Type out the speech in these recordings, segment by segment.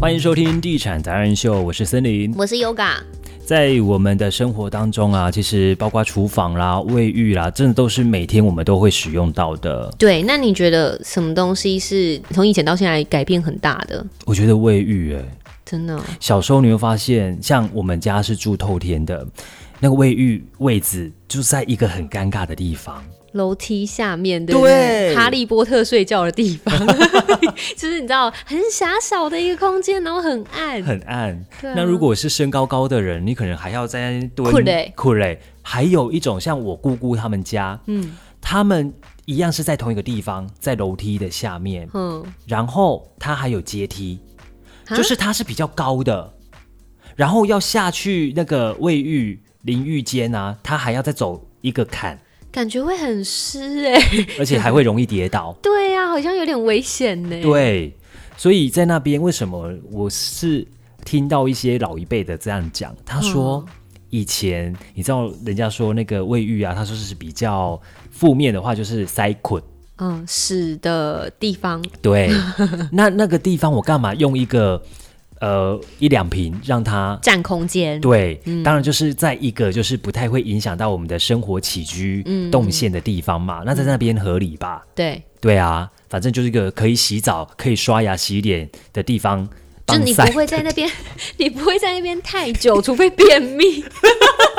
欢迎收听《地产达人秀》，我是森林。我是 Yoga，在我们的生活当中啊，其实包括厨房啦、卫浴啦，真的都是每天我们都会使用到的。对，那你觉得什么东西是从以前到现在改变很大的？我觉得卫浴、欸，真的哦、小时候你会发现，像我们家是住透天的，那个卫浴位置就在一个很尴尬的地方。楼梯下面，对不对？对哈利波特睡觉的 地方，就是你知道很狭小的一个空间，然后很暗，很暗。对啊那如果是身高高的人，你可能还要在那边蹲酷嘞酷嘞。还有一种像我姑姑他们家，嗯他们一样是在同一个地方，在楼梯的下面，嗯，然后它还有阶梯，啊就是它是比较高的，然后要下去那个卫浴淋浴间啊，它还要再走一个坎，感觉会很湿哎、而且还会容易跌倒。 对呀、好像有点危险呢、，对，所以在那边为什么我是听到一些老一辈的这样讲，他说以前你知道人家说那个卫浴啊，他说是比较负面的话就是塞捆。嗯，屎的地方，对，那那个地方我干嘛用一个呃一两瓶让它占空间，对，嗯当然就是在一个就是不太会影响到我们的生活起居嗯动线的地方嘛，那在那边合理吧？对，对啊，反正就是一个可以洗澡、可以刷牙、洗脸的地方。就你不棒塞会在那边， 你不会在那边太久，除非便秘。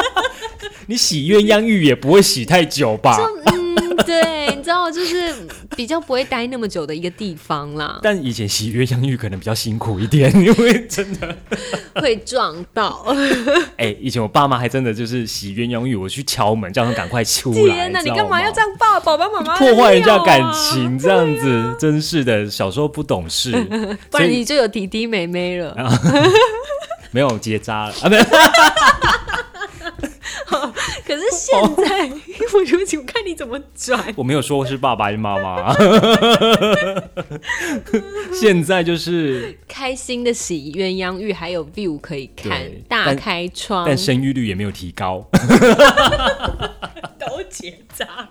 你洗鸳鸯浴也不会洗太久吧？嗯，对，你知道，就是比较不会待那么久的一个地方啦，但以前洗鸳鸯浴可能比较辛苦一点，因为 真的，会撞到。哎、以前我爸妈还真的就是洗鸳鸯浴，我去敲门叫他们赶快出来。 天啊哪，你干嘛要这样哦抱爸爸妈啊妈、破坏人家感， 情？这样子真是的，小时候不懂事，不所然以啊你就有弟弟妹妹了。没有结扎了啊，没有。可是现哦在，我对不起，我看你怎么转。我没有说我是爸爸还是妈妈，现在就是， 开心的洗鸳鸯浴，还有 view 可以看对，大但开窗，但生育率也没有提高，都结扎。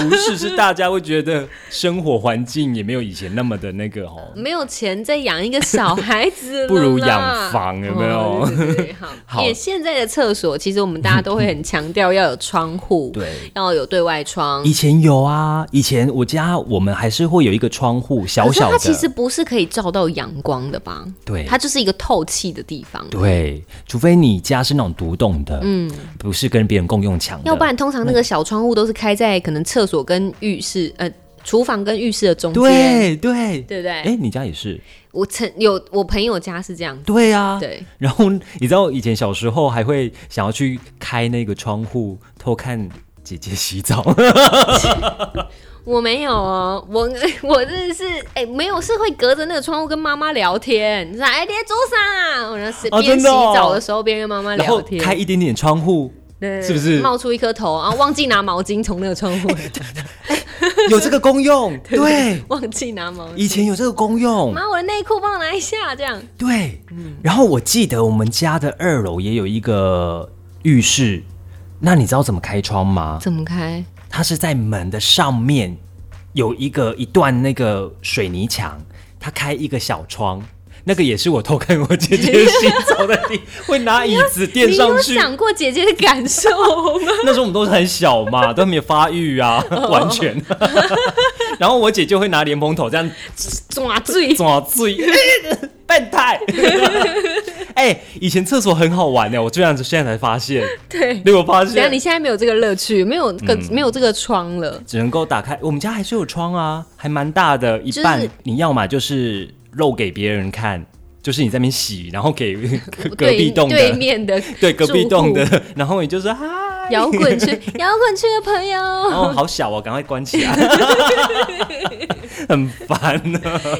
不是是大家会觉得生活环境也没有以前那么的那个哦。没有钱再养一个小孩子了 啦，不如养房有没有哦对对对好好也现在的厕所，其实我们大家都会很强调要有窗户，对，要有对外窗。以前有啊，以前我家我们还是会有一个窗户，小可是小它的，其实不是可以照到阳光的吧？对它就是一个透气的地方。对，除非你家是那种独栋的，嗯，不是跟别人共用墙的，要不然通常那个小窗户都是开在可能厕所跟浴室，呃，厨房跟浴室的中间，对对，对不对？哎、你家也是，我曾有我朋友家是这样子，对啊，对，然后你知道以前小时候还会想要去开那个窗户偷看姐姐洗 澡，我没有哦，我 我真的是哎、没有是会隔着那个窗户跟妈妈聊天，你说哎，你在做啥？然后是哦边真洗的哦澡的时候边跟妈妈然聊后天，开一点点窗户，对是不是冒出一颗头，然后忘记拿毛巾从那个窗 户，有这个功 用，对，忘记拿毛巾，以前有这个功用，妈，我的内裤帮我拿一下，这样对。嗯然后我记得我们家的二楼也有一个浴室，那你知道怎么开窗吗？怎么开？它是在门的上面有一个一段那个水泥墙，它开一个小窗。那个也是我偷看我姐姐洗澡的地， 会拿椅子垫你上有去。想过姐姐的感受吗？ 那时候我们都是很小嘛，都没有发育啊，哦完全。 然后我姐就会拿莲蓬头这 样 抓醉，抓自己，变态。 哎、以前厕所很好玩的，我居然现在才发现，对。你有没有发等一下，现你？现在没有这个乐趣，没有个、嗯没有这个窗了。只能够打开，我们家还是有窗啊，还蛮大的，一就是半、你要嘛就是露给别人看，就是你在那边洗，然后 给 隔隔壁栋的对对面的 对隔壁住户栋的， 然后你就说 嗨，摇滚区，摇滚区的朋友，哦，好小哦，赶快关 起来，很烦啊呢、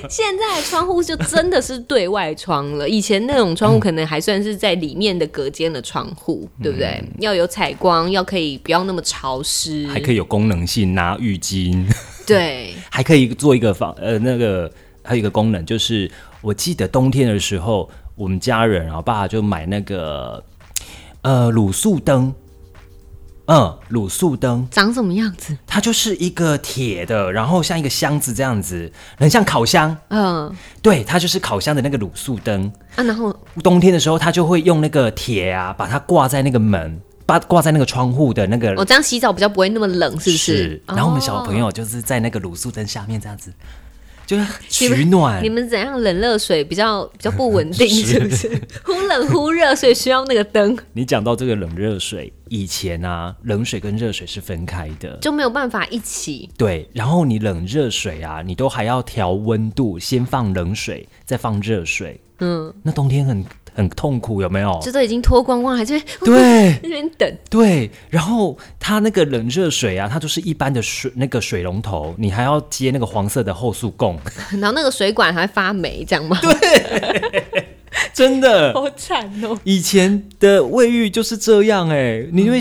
现在的窗户就真的是对外窗了。 以前那种窗户可能还算是在里面的隔间的窗户，嗯对不对？要有采光，要可以不要那么潮湿，还可以有功能性，拿浴巾，对，还可以做一个防呃那个还有一个功能，就是我记得冬天的时候，我们家人然后爸爸就买那个呃卤素灯，嗯，卤素灯，长什么样子？它就是一个铁的，然后像一个箱子这样子，很像烤箱。嗯对，它就是烤箱的那个卤素灯。啊，然后冬天的时候，它就会用那个铁啊，把它挂在那个门，把挂在那个窗户的那个我这样洗澡比较不会那么冷，哦是不是是？然后我们哦小朋友就是在那个卤素灯下面这样子，就是取暖你。们怎样冷热水比较比较不稳定，是不是？ 忽冷忽热，所以需要那个灯，你讲到这个冷热水，以前啊，冷水跟热水是分开的。就没有办法一起。对，然后你冷热水啊，你都还要调温度，先放冷水，再放热水。嗯，那冬天很很痛苦，有没有？这都已经脱光光了，还在那边对 那边等。对，然后它那个冷热水啊，它就是一般的水那个水龙头，你还要接那个黄色的后速供， 然后那个水管还会发霉，这样吗？真的。好惨哦！以前的卫浴就是这样哎、你会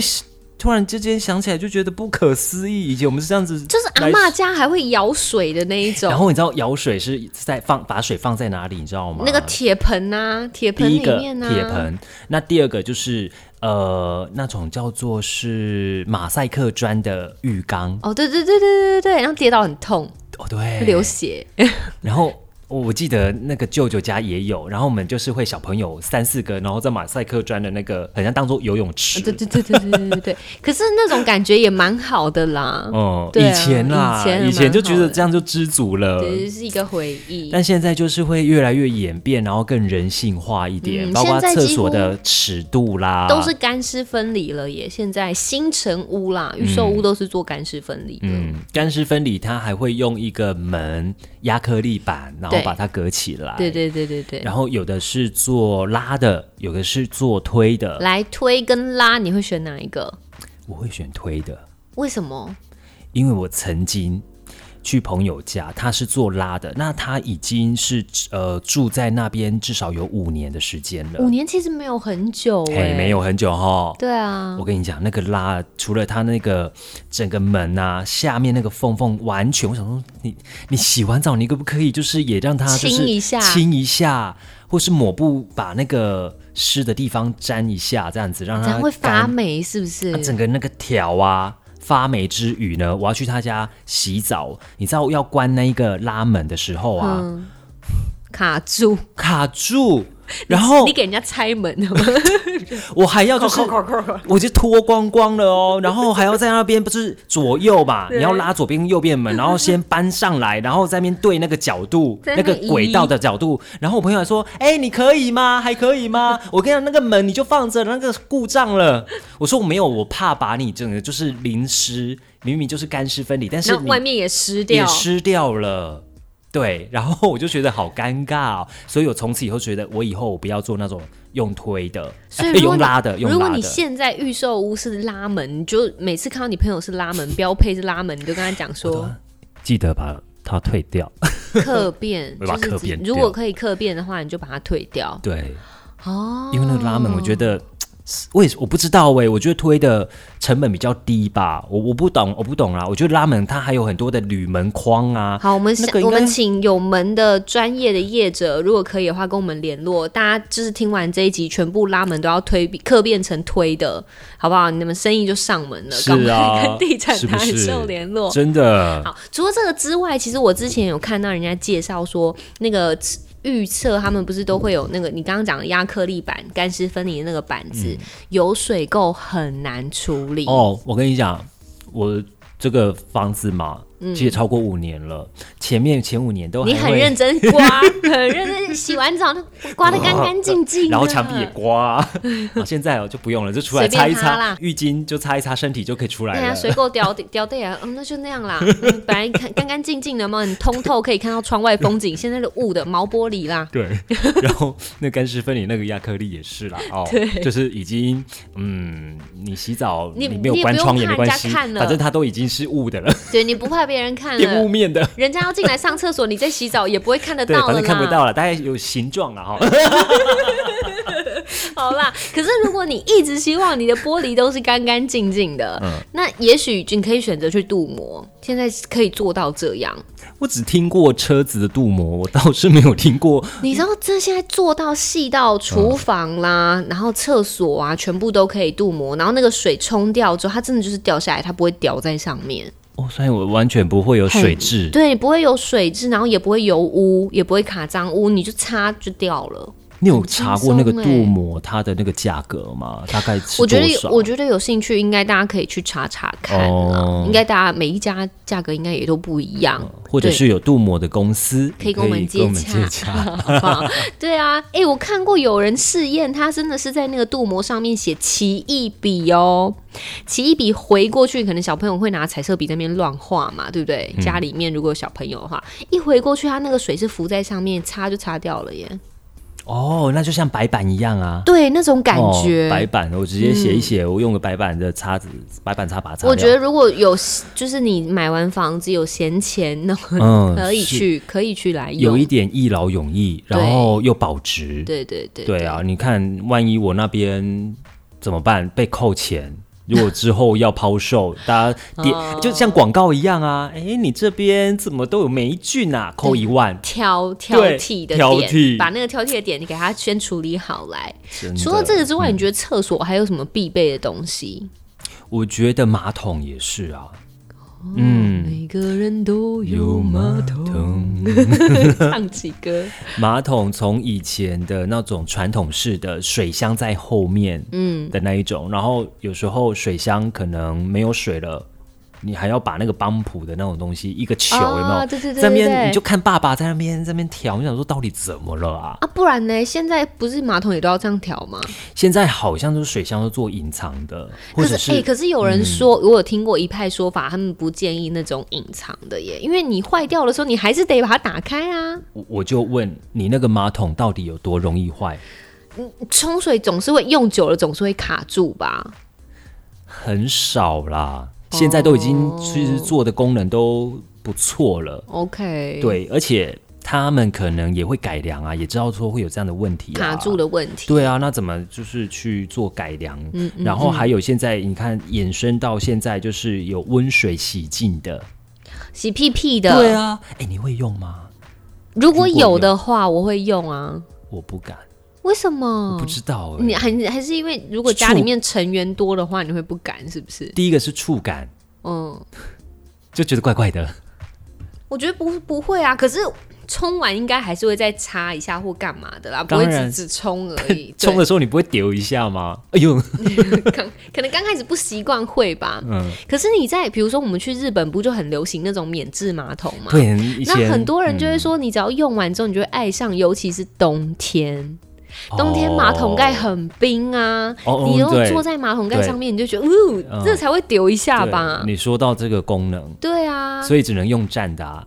突然之间想起来就觉得不可思议。以前我们是这样子，就是阿嬷。家还会舀水的那一种然，后你知道舀水是在放把水放在哪里，你知道吗？那个铁盆啊，铁盆第一里个面啊，铁盆，那第二个就是呃那种叫做是马赛克砖的浴缸哦，对对对对对对，然后跌倒很痛，哦，会流对，血。哎然后。我我记得那个舅舅家也有，然后我们就是会小朋友三四个，然后在马赛克砖的那个，很像当做游泳池，哦啊对对对对对对对 对，可是那种感觉也蛮好的啦，哦，对啊以前啦，以前还以蛮前就觉好得的这样就知足了。对，就是一个回忆。但现在就是会越来越演变，然后更人性化一点，嗯包括现在厕几所乎的尺度啦，都是干湿分离了耶！现在新城屋啦、预售屋都是做干湿分离的。嗯，干湿分离，它还会用一个门压颗粒板，然后对把它隔起来。对。对对对对。然后有的是做拉的，有的是做推的。来推跟拉，你会选哪一个？我会选推的，为什么？因为我曾经去朋友家，他是做拉的，那他已经是呃住在那边至少有五年的时间了五。年其实没有很久哎、嘿，呃没。有很久哈。对啊我，跟你讲，那个拉除了它那个整个门啊，下面那个缝缝完全，我想说你你洗完澡，你可不可以就是也让它就是清一下清一下，或是抹布把那个湿的地方沾一下，这样子让这它样会发干。霉是不是？那整个那个条啊发霉之余呢，我要去他家洗澡，你知道要关那一个拉门的时候啊，嗯，卡住。卡住，然后你给人家拆 门了吗？我还要就是，我就脱光光了 哦，然后还要在那边不是左右吧？你要拉左边跟右边门，然后先搬上 来，然后在那边对那个角度，在那那个边轨道的角度。然后我朋友还说：“哎、你可以吗？还可以吗？”我跟你讲，那个门你就放着，那个故障了。我说我没有，我怕把你整个就是淋湿，明明就是干湿分离，但是然后你外面也湿也掉。湿掉了。对，然后我就觉得好尴尬、哦，所以我从此以后觉得，我以后我不要做那种用推的，所以哎如果用你拉的，用如果拉你的。现在预售屋是拉门，你就每次看到你朋友是拉门，标配是拉门，你就跟他讲说记得把它退掉。客变， 我就把是客变指掉如果可以客变的话，你就把它退掉。对，哦，因为那个拉门，我觉得。我也是我不知道哎、我觉得推的成本比较低吧，我我不懂，我不懂啦。我觉得拉门它还有很多的铝门框啊，好，我们那想、个应我该们请有门的专业的业者，如果可以的话，跟我们联络。大家就是听完这一集，全部拉门都要推客变成推的，好不好？你们生意就上门了，是赶快啊跟地产是不达人是秀联络。真的好，除了这个之外，其实我之前有看到人家介绍说，那个预测他们不是都会有那个你刚刚讲的亚克力板、干湿分离的那个板子，有水垢很难处理。嗯哦。我跟你讲，我这个房子嘛，其实超过五年了，前面前五年都还嗯你很会认真啊刮， 很认真洗完澡，那刮的干干净净的，哦然后墙壁也刮、啊， 现在哦就不用了，就出来随便擦一它擦啦，浴巾就擦一擦，身体就可以出对来啊，了。水垢掉 掉地啊，嗯，那就那样啦。嗯本来看干干净净的嘛，很通透，可以看到窗外风景。现在的雾的毛玻璃啦， 对，然后那干湿分离那个亚克力也是啦， 哦，就是已经，嗯，你洗澡你没有你也关不用窗也没怕关人家系，看了嗯反正它都已经是雾的了，对你不怕别人 看变雾了， 面的，人家要进来上厕所，你在洗澡也不会看得对，到反了正看不啦。到了，大概有形状了哈。 好啦，可是如果你一直希望你的玻璃都是干干嗯净净的，那也许你可以选择去镀膜。现在可以做到这样，我只听过车子的镀膜，我倒是没有听过。你知道这现在做到细到厨房嗯啦，然后厕所啊，全部都可以镀膜，然后那个水冲掉之后，它真的就是掉下来，它不会掉在上面，哦，所以我完全不会有水很质。对，不会有水渍，然后也不会油污，也不会卡脏污，你就擦就掉了。你有查过那个很轻松欸镀膜它的那个价格吗？大概是我觉多得少我觉得有兴趣，应该大家可以去查查看啦。哦应该大家每一家价格应该也都不一样，或者是有镀膜的公司可以跟我们接跟我们洽接洽。 好不好？对啊，哎、我看过有人试验，他真的是在那个镀膜上面写奇异笔哦，奇异笔回过去，可能小朋友会拿彩色笔在那边乱画嘛，对不对？家里面如果有小朋友的话，一回过去，它那个水是浮在上面，擦就擦掉了耶。哦，那就像白板一样啊。对，那种感哦、觉。嗯白板，我直接写一写，我用个白板的擦子，白板擦把它擦掉。我觉得如果有，就是你买完房子有闲钱，那么嗯可以是去，可以去来用。有一点一劳永逸，然后又保值。对对对对啊，你看，万一我那边怎么办？被扣钱。如果之后要抛 售，大家点、哦就像广告一样啊，哎，你这边怎么都有霉菌啊，扣一万。挑挑剔的点，挑剔把那个挑剔的点你给它先处理好来。真的嗯除了这个之外，你觉得厕所还有什么必备的东西？我觉得马桶也是啊，嗯，哦每个人都有马桶， 唱起歌。马桶从以前的那种传统式的水箱在后面，嗯的那一种，然后有时候水箱可能没有水了。你还要把那个帮浦的那种东西，一个球有没有？啊对对对在那对对边你就看爸爸在那边在那边调，你想说到底怎么了啊？啊，不然呢？现在不是马桶也都要这样调吗？现在好像就是水箱都做隐藏的，或可者是，哎、是嗯可是有人说，我有听过一派说法，他们不建议那种隐藏的耶，因为你坏掉的时候，你还是得把它打开啊。我我就问你那个马桶到底有多容易坏？冲水总是会用久了，总是会卡住吧？很少啦，现在都已经其哦实做的功能都不错了。 OK，，对，而且他们可能也会改良啊，也知道说会有这样的问题、啊，卡住。的嗯问题。对啊，那怎么就是去做改良？然后还有现在你看衍生到现在就是有温水洗净的，洗屁屁的。对啊，哎、你会用吗？如果有的话，我会用啊。我不敢，为什么不？知道、嗯你啊哎还还是因为如果家里面成员多的话，你会不敢是不是？第一个是触感，嗯，就觉得怪怪的。我觉得不不会啊。可是冲完应该还是会再擦一下或干嘛的啦，不当会然。只只冲而已 冲的对时候你不会丢一下吗？哎呦，刚可能刚开始不习惯会吧。嗯，可是你在比如说我们去日本不就很流行那种免治马桶吗？对，以那前嗯很多人就会说，你只要用完之后，你就会爱上，尤其是冬天。嗯冬天马桶盖哦很冰啊，哦你如果对坐在马桶盖对上面，你就觉得，呜、嗯这才会丢一下吧哦对？你说到这个功能，对啊，所以只能用站的、 啊。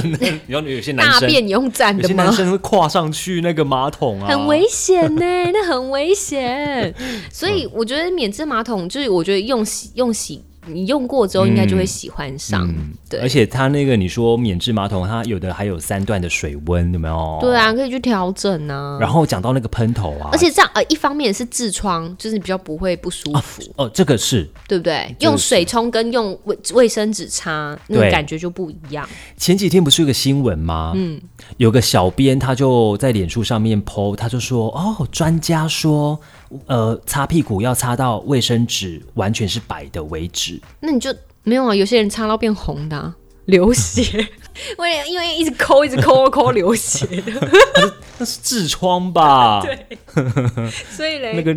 然后有些男大生，便也用站有的些吗男？生会跨上去那个马桶啊， 很危险呢、哦那很 危险。所以我觉得免治马桶，就是我觉得用洗用洗，你用过之后应该就会喜欢上。嗯对而且它那个你说免治马桶，它有的还有三段的水温，有没有？对。啊，可以去调整啊。然后讲到那个喷头啊，而且这样呃，一方面是痔疮，就是你比较不会不舒服，哦，这个是对不对？这个用水冲跟用卫卫生纸擦，那个对感觉就不一样。前几天不是有个新闻吗？嗯，有个小编他就在脸书上面 PO，他就说哦，专家说，呃，擦屁股要擦到卫生纸完全是白的为 止。那你就没有啊？有些人擦到变红的啊、流血，我也因为一直抠，一直抠，抠流血的，那是痔疮吧？对，所以嘞，那个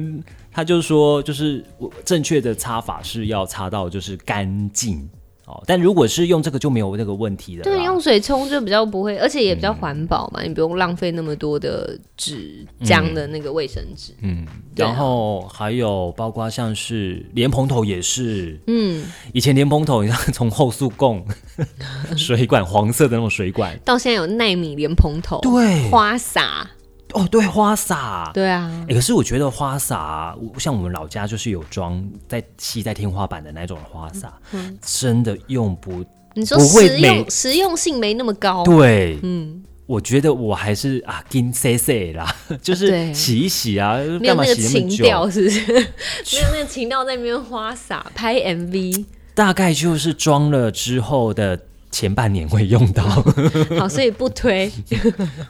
他就说，就是我正确的擦法是要擦到就是干净哦，但如果是用这个就没有那个问题的对，啦。用水冲就比较不会，而且也比较环保嘛，你不用浪费那么多的纸浆的那个卫生纸。嗯，对啊然后还有包括像是莲蓬头也是，嗯，以前莲蓬头你看从后速供 水管黄色的那种水管，到现在有纳米莲蓬头，对花洒，哦对花洒。对啊，诶可是我觉得花洒，我像我们老家就是有装在吸在天花板的那种花洒，嗯真的用不你说不会实每用实用性没那么高，对，哦嗯，我觉得我还是啊，跟 say say 啦， 就是对洗一洗啊，没有干嘛那个洗情么久？调，是不是？没有那个情调在那边花洒拍 MV，大概就是装了之后的前半年会用到， 好，所以不推。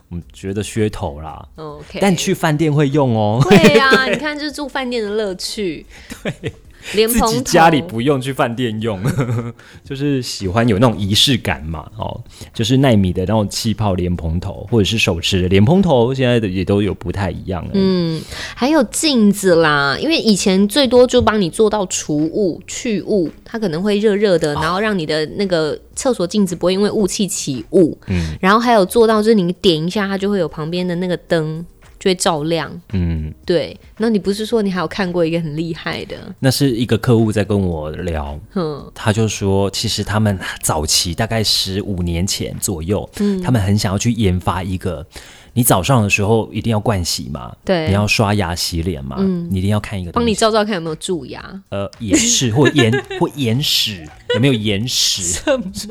我们觉得噱头啦， OK，但去饭店会用哦，对 啊，你看，就是住饭店的乐趣。对，莲自己蓬头家里不用，去饭店用， 就是喜欢有那种仪式感嘛。哦，就是奈米的那种气泡莲蓬头，或者是手持的莲蓬头，现在的也都有不太一样了。嗯，还有镜子啦，因为以前最多就帮你做到除雾、去雾，它可能会热热哦的，然后让你的那个厕所镜子不会因为雾气起雾。嗯，然后还有做到就是你点一下，它就会有旁边的那个灯就会照亮。嗯对，那你不是说你还有看过一个很厉害的？那是一个客户在跟我聊，嗯，他就说，其实他们早期大概十五年前左右，他们很想要去研发一个，你早上的时候一定要盥洗嘛，对你要刷牙洗脸嘛，你一定要看一个东帮西，你照照看有没有蛀牙。呃，也是或眼 或眼屎有没有眼屎？什么？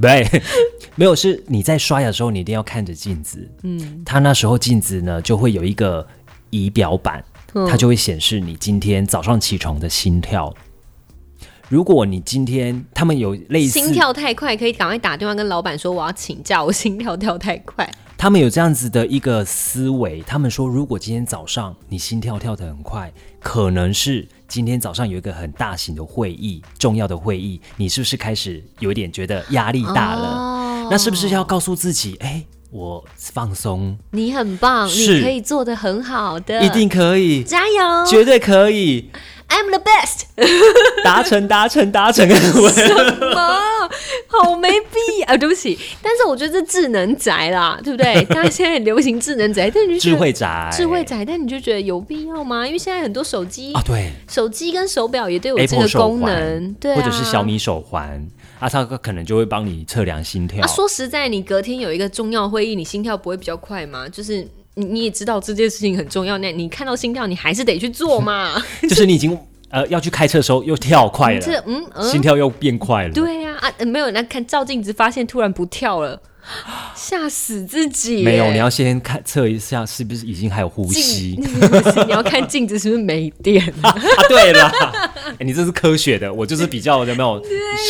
对，没有，是你在刷牙的时候，你一定要看着镜子。嗯，它那时候镜子呢就会有一个仪表板，它就会显示你今天早上起床的心跳。如果你今天他们有类似心跳太快，可以赶快打电话跟老板说我要请假，我心跳跳太快。他们有这样子的一个思维，他们说，如果今天早上你心跳跳得很快，可能是今天早上有一个很大型的会议，重要的会议，你是不是开始有一点觉得压力大了？哦那是不是要告诉自己，哎、我放松，你很棒，是你可以做的很好的，一定可以，加油绝对可以， ！I'm the best，达成，达成，达 成。妈，好没必要、啊，对不起。但是我觉得这智能宅啦，对不 对？大家现在很流行智能宅，但你就觉智得慧宅，智慧宅，但你就觉得有必要吗？因为现在很多手机、啊，对，手机跟手表也都有这 Apple 个手功环能，，对、啊，或者是小。米手环，啊，它可能就会帮你测量心跳。啊，说实在，你隔天有一个重要会议，你心跳不会比较快吗？就是你你也知道这件事情很重要，那你看到心跳，你还是得去 做嘛。就是你已经呃要去开车的时候又跳快这了，嗯心嗯，跳又变快了。对呀啊呃没有，那看照镜子发现突然不跳了，吓死自己耶。没有，你要先看测一下是不是已经还有呼吸镜，不 是你要看镜子是不是没电了。 啊？对啦， 哎你这是科学的，我就是比较有没有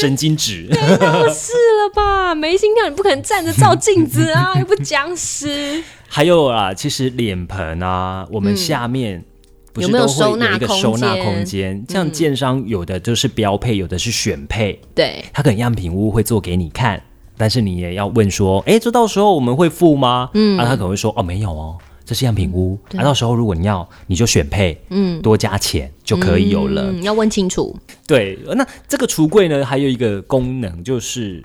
神经质。不是了吧？没心跳，你不可能站着照镜子啊，又不僵尸。还有啊，其实脸盆啊，我们下面。不是嗯有没有都会收纳有一个收纳空间嗯空间？像建商有的就是标配，有的是选配，对，它可能样品屋会做给你看，但是你也要问说，哎，这到时候我们会付吗？嗯，啊，他可能会说，哦，没有哦，这是样品屋，啊，到时候如果你要，你就选配，嗯，多加钱就可以有了。嗯，要问清楚。对，那这个橱柜呢，还有一个功能就是。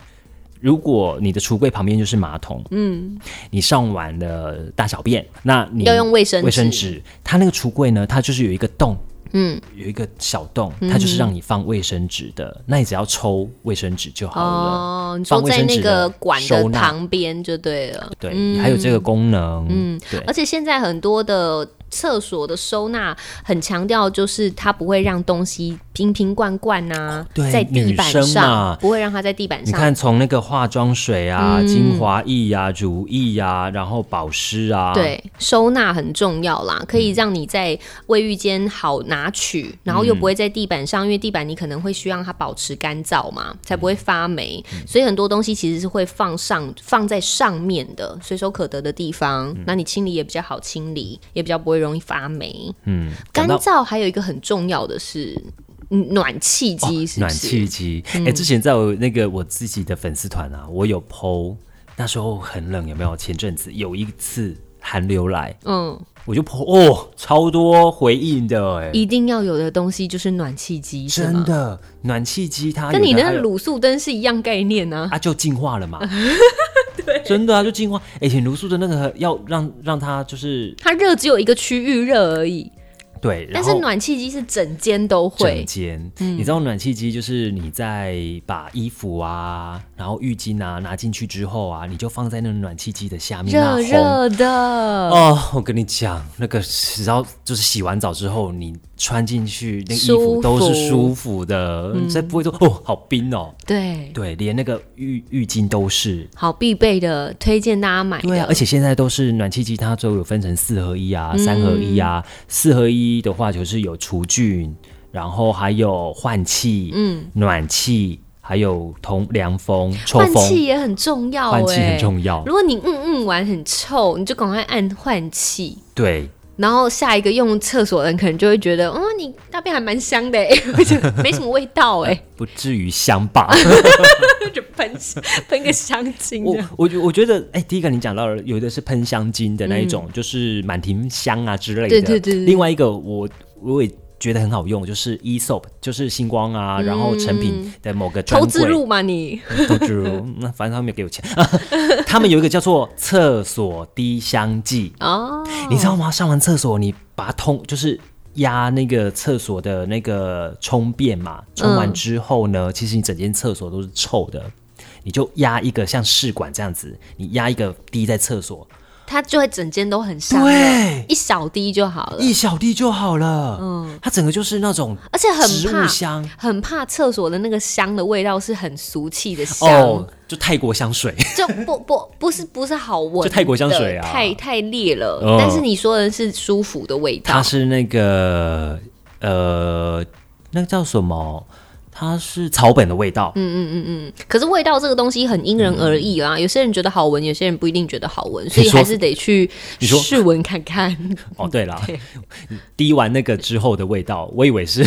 如果你的橱柜旁边就是马桶，嗯，你上完了大小便，那你要用卫生纸卫生纸，它那个橱柜呢，它就是有一个洞，嗯，有一个小洞，它就是让你放卫生纸的，那你只要抽卫生纸就好了。哦，你放说卫在生那纸个的管的收纳旁边就对了。对，还有这个功能，嗯，对而，且现在很多的厕所的收纳很强调，就是它不会让东西瓶瓶罐罐啊，哦对在地板女生上嘛不会让它在地板你上。看从那个化妆水啊、嗯精华液啊、乳液啊，然后保湿啊，，嗯对，收纳很重要啦，可以让你在卫浴间好拿取，然后又不会在地板上，因为地板你可能会需要让它保持干燥嘛，才不会发霉。嗯所以很多东西其实是会放上放在上面的，随手可得的地方，嗯那你清理也比较好清理，也比较不会容易发霉。嗯，干讲到燥还有一个很重要的是嗯暖气机，是不哦暖是？气机。嗯哎、之前在我那个我自己的粉丝团啊，我有 PO，那时候很冷，有没有？前阵子有一次寒流来，嗯，我就 PO，哦，超多回应的、哎，一定要有的东西就是暖气机，是真吗？的，暖气机它跟你有的那还有个卤素灯是一样概念呢、啊，就进化了 嘛。对，真的啊，就进化。而且卢素的那个要让让它就是它热只有一个区域热而已，对，但然是后暖气机是整间都整会。嗯间，你知道暖气机就是你在把衣服啊，然后浴巾啊拿进去之后啊，你就放在那个暖气机的下面，那热烘热的，哦，我跟你讲，那个只要就是洗完澡之后，你穿进去那个衣舒服都服是舒服的，才不会说哦好冰哦。对，对，连那个浴浴巾都是。好必备的，推荐大家买的。对啊，而且现在都是暖气机，它都有分成四合一嗯啊、三合一啊。四合一的话就是有除菌，然后还有换气、嗯、暖气、还有通凉风、抽换气风，也很重要、欸，换气很重要如。果你嗯嗯完很臭，你就赶快按换气。对，然后下一个用厕所的人可能就会觉得，哦，你大便还蛮香 的、欸，我觉得没什么味道哎、不至于香 吧？就喷喷个香精我这样。我觉我觉得，哎、第一个你讲到了，有的是喷香精的那一种，就是满庭香啊之类的。嗯对对对对另外一个我我也觉得很好用，就是 e soap，就是星光啊，然后成品嗯的某个专 投柜。资入嘛你，投资 入，那反正他们没有给我钱。 他们有一个叫做厕所滴香剂，哦，你知道吗？上完厕所，你把它通就是压那个厕所的那个冲便嘛，冲嗯完之后呢，其实你整间厕所都是臭的，你就压一个像试管这样子，你压一个滴在厕所，它就会整间都很香了对一小滴就好了，一小滴就好了。嗯，它整个就是那种而且啊很植怕物香很怕厕所的那个香的味道是很俗气的香，哦，就泰国香水。就不不不是不是好闻就的，泰国香水啊太太烈了。哦但是你说的是舒服的味它道，是那个呃，那个叫什么？它是草本的味道，嗯，可是味道这个东西很因人而异啊。有些人觉得好闻，有些人不一定觉得好闻，所以你说还是得去你说试闻看 看，哦，对 啦， 滴完那个之后的味道，我以为 是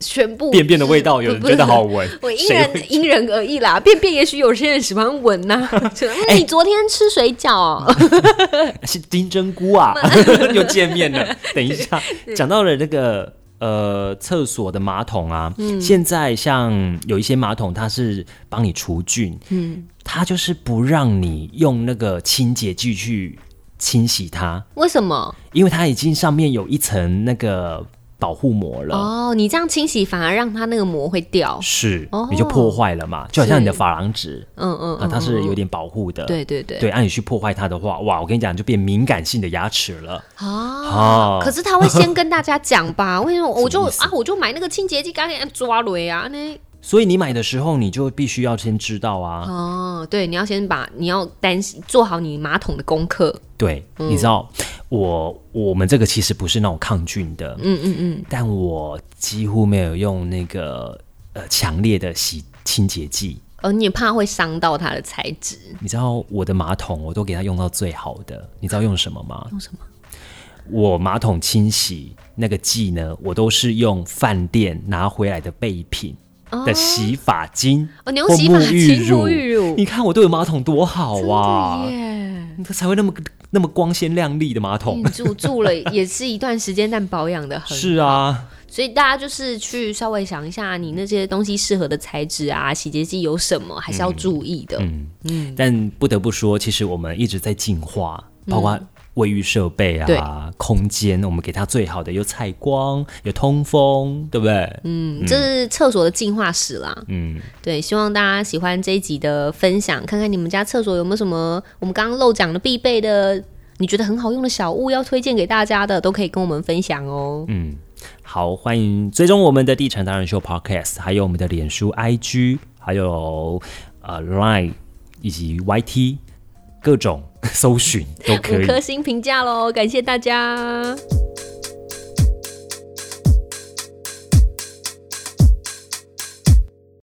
全部便便的味道，不有人觉得好。闻不是我，因谁人因人而异啦，便便也许有些人喜欢闻呐、 就嗯 你昨天吃水饺哦、 哎是金针菇 啊？ 又见面了。等一下，讲到了那个呃厕所的马桶啊，嗯现在像有一些马桶它是帮你除菌，嗯，它就是不让你用那个清洁剂去清洗它，为什么？因为它已经上面有一层那个保护膜了，哦，你这样清洗反而让它那个膜会掉。是、哦你就破坏了嘛，就好像你的是珐琅质嗯嗯啊，嗯，它是有点保护的，对对对对，啊按、你去破坏它的话，哇，我跟你讲就变敏感性的牙齿了，啊啊可是他会先跟大家 讲吧？为什么我就什么意思啊，我就买那个清洁剂，赶紧抓雷啊？那所以你买的时候你就必须要先知道啊，哦，对，你要先把你要担心做好你马桶的功课。对，嗯你知道我我们这个其实不是那种抗菌的，嗯嗯嗯，但我几乎没有用那个呃强烈的洗清洁剂。呃，你也怕会伤到它的材质，你知道我的马桶我都给它用到最好的，你知道用什么吗？用什么？我马桶清洗那个剂呢，我都是用饭店拿回来的备品的洗发精哦你用或洗发沐浴精沐浴乳你看我对我马桶多好啊真的，耶！它才会那么那么光鲜亮丽的马桶你。住住了也是一段时间，但保养的嗯很是啊，所以大家就是去稍微想一下，你那些东西适合的材质啊，洗洁剂有什么，还是要注意嗯的。嗯但不得不说，其实我们一直在进化，包括卫浴设备对啊、空间，我们给它最好的有采光、有通风，对不对？嗯嗯这是厕所的进化史啦。嗯，对，希望大家喜欢这一集的分享，看看你们家厕所有没有什么我们刚刚漏讲的必备的，你觉得很好用的小物要推荐给大家的，都可以跟我们分享哦。嗯好，欢迎追踪我们的地产达人秀 Podcast，还有我们的脸书、IG，还有呃 Line 以及 YT 各种搜寻都可五以。颗星评价喽，感谢大家。